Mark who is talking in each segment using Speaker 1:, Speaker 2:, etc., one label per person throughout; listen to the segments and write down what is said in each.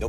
Speaker 1: No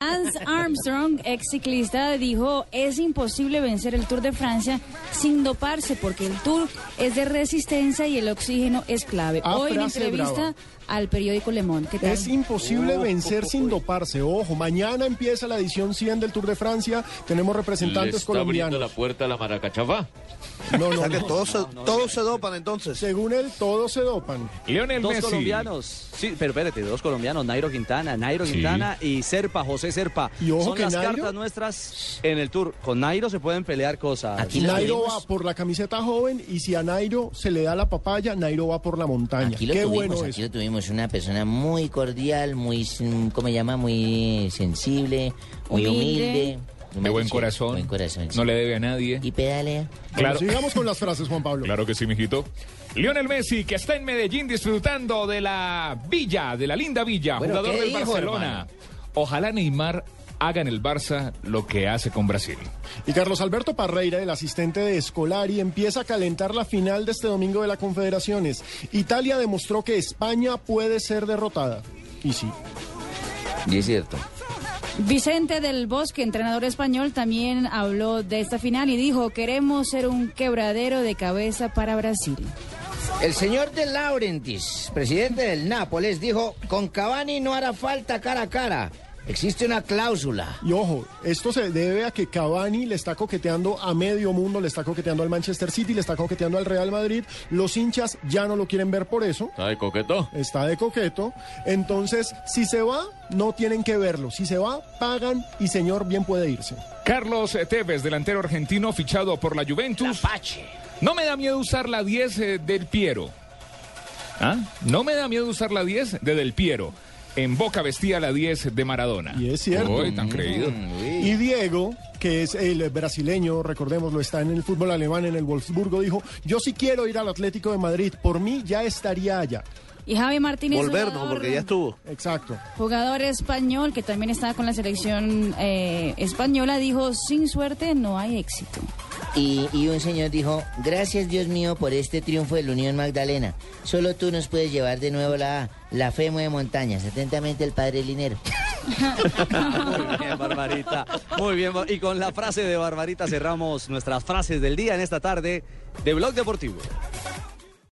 Speaker 2: Lance Armstrong, ex ciclista, dijo, es imposible vencer el Tour de Francia sin doparse porque el Tour es de resistencia y el oxígeno es clave.
Speaker 3: Ah,
Speaker 2: Hoy en
Speaker 3: frase
Speaker 2: entrevista
Speaker 3: brava.
Speaker 2: al periódico Le Monde. ¿Qué tal?
Speaker 3: Es imposible vencer sin doparse. Ojo, mañana empieza la edición 100 del Tour de Francia. Tenemos
Speaker 4: Le
Speaker 3: representantes
Speaker 4: está abriendo la
Speaker 3: colombianos.
Speaker 4: puerta a la maracachafá.
Speaker 3: No,
Speaker 5: O
Speaker 3: no,
Speaker 5: sea que
Speaker 3: no.
Speaker 5: todos, se, todos se dopan entonces.
Speaker 3: Según él, todos se dopan.
Speaker 4: Lionel
Speaker 6: Dos
Speaker 4: Messi.
Speaker 6: colombianos, sí, pero espérate, dos colombianos, Nairo Quintana, Nairo Quintana y Serpa, José Serpa.
Speaker 3: Y ojo
Speaker 6: Son
Speaker 3: que
Speaker 6: las
Speaker 3: Nairo-
Speaker 6: cartas nuestras en el Tour. Con Nairo se pueden pelear cosas.
Speaker 7: Aquí lo
Speaker 3: Nairo
Speaker 7: tuvimos.
Speaker 3: va por la camiseta joven y si a Nairo se le da la papaya, Nairo va por la montaña.
Speaker 7: Aquí lo
Speaker 3: Qué
Speaker 7: tuvimos,
Speaker 3: bueno
Speaker 7: aquí
Speaker 3: eso.
Speaker 7: lo tuvimos, una persona muy cordial, muy, mm, ¿cómo se llama? Muy sensible, muy
Speaker 2: Humilde.
Speaker 7: humilde.
Speaker 8: De buen
Speaker 7: sí,
Speaker 8: corazón.
Speaker 7: Buen corazón, sí.
Speaker 8: No le debe a nadie.
Speaker 7: Y pedalea.
Speaker 8: Claro,
Speaker 3: Bueno, sigamos con las frases, Juan Pablo.
Speaker 8: claro que sí, mijito. Lionel Messi, que está en Medellín disfrutando de la villa, de la linda villa,
Speaker 5: Bueno,
Speaker 8: jugador
Speaker 5: ¿qué
Speaker 8: del
Speaker 5: dijo,
Speaker 8: Barcelona. Ojalá Neymar haga en el Barça lo que hace con Brasil.
Speaker 3: Y Carlos Alberto Parreira, el asistente de Escolari, empieza a calentar la final de este domingo de la Confederaciones. Italia demostró que España puede ser derrotada. Y sí.
Speaker 5: Y Ah, es cierto.
Speaker 2: Vicente del Bosque, entrenador español, también habló de esta final y dijo, queremos ser un quebradero de cabeza para Brasil.
Speaker 9: El señor De Laurentiis, presidente del Nápoles, dijo, con Cavani no hará falta cara a cara. Existe una cláusula.
Speaker 3: Y ojo, esto se debe a que Cavani le está coqueteando a medio mundo, le está coqueteando al Manchester City, le está coqueteando al Real Madrid. Los hinchas ya no lo quieren ver por eso.
Speaker 4: ¿Está de coqueto?
Speaker 3: Está de coqueto. Entonces, si se va, no tienen que verlo. Si se va, pagan y señor bien puede irse.
Speaker 8: Carlos Tevez, delantero argentino fichado por la Juventus.
Speaker 9: Pache.
Speaker 8: No me da miedo usar la 10 eh, del Piero. ¿Ah? No me da miedo usar la 10 de Del Piero. En Boca vestía la 10 de Maradona.
Speaker 3: Y es cierto.
Speaker 8: Uy, tan creído.
Speaker 5: Mm.
Speaker 3: Y Diego, que es el brasileño, recordémoslo, está en el fútbol alemán, en el Wolfsburgo, dijo, yo sí quiero ir al Atlético de Madrid, por mí ya estaría allá.
Speaker 2: Y Javi Martínez...
Speaker 5: Volver, no,
Speaker 2: jugador-
Speaker 5: porque ya estuvo.
Speaker 3: Exacto.
Speaker 2: Jugador español que también estaba con la selección eh, española dijo, sin suerte no hay éxito.
Speaker 7: Y, y un señor dijo, gracias Dios mío por este triunfo de la Unión Magdalena. Solo tú nos puedes llevar de nuevo la, la Femo de Montañas. Atentamente el padre Linero.
Speaker 6: Muy bien, Barbarita. Muy bien. Bar- Y con la frase de Barbarita cerramos nuestras frases del día en esta tarde de Blog Deportivo.